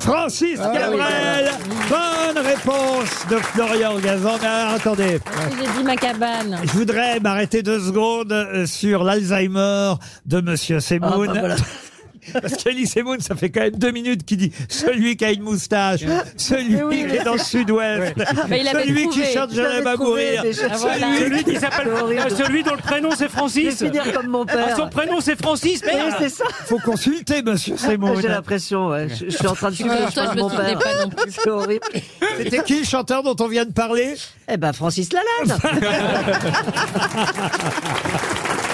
Francis Ah Cabrel. Bonne réponse de Florian Gazan. Mais alors, attendez. J'ai dit ma cabane. Je voudrais m'arrêter deux secondes euh, sur l'Alzheimer de Monsieur Semoun. Ah, bah voilà. Parce qu'Elie Semoun, ça fait quand même deux minutes qu'il dit celui qui a une moustache, celui Mais Ah. Eh oui, qui mais- est dans le sud-ouest, Mais il l'avait celui trouvé. qui chante Je l'avais jamais à trouvé mourir, déjà. Ah, voilà. celui Celui qui s'appelle euh, celui dont le prénom c'est Francis. Je vais finir comme mon père. Ah, Son prénom c'est Francis. Oui, Merde. c'est ça. faut consulter Monsieur Ah, Semoun. J'ai l'impression, ouais. Je, je suis en train de suivre Ouais, le toi, chemin je de me mon souvenais père. pas non plus. C'est horrible. C'était qui le chanteur dont on vient de parler Eh ben, Francis Lalanne.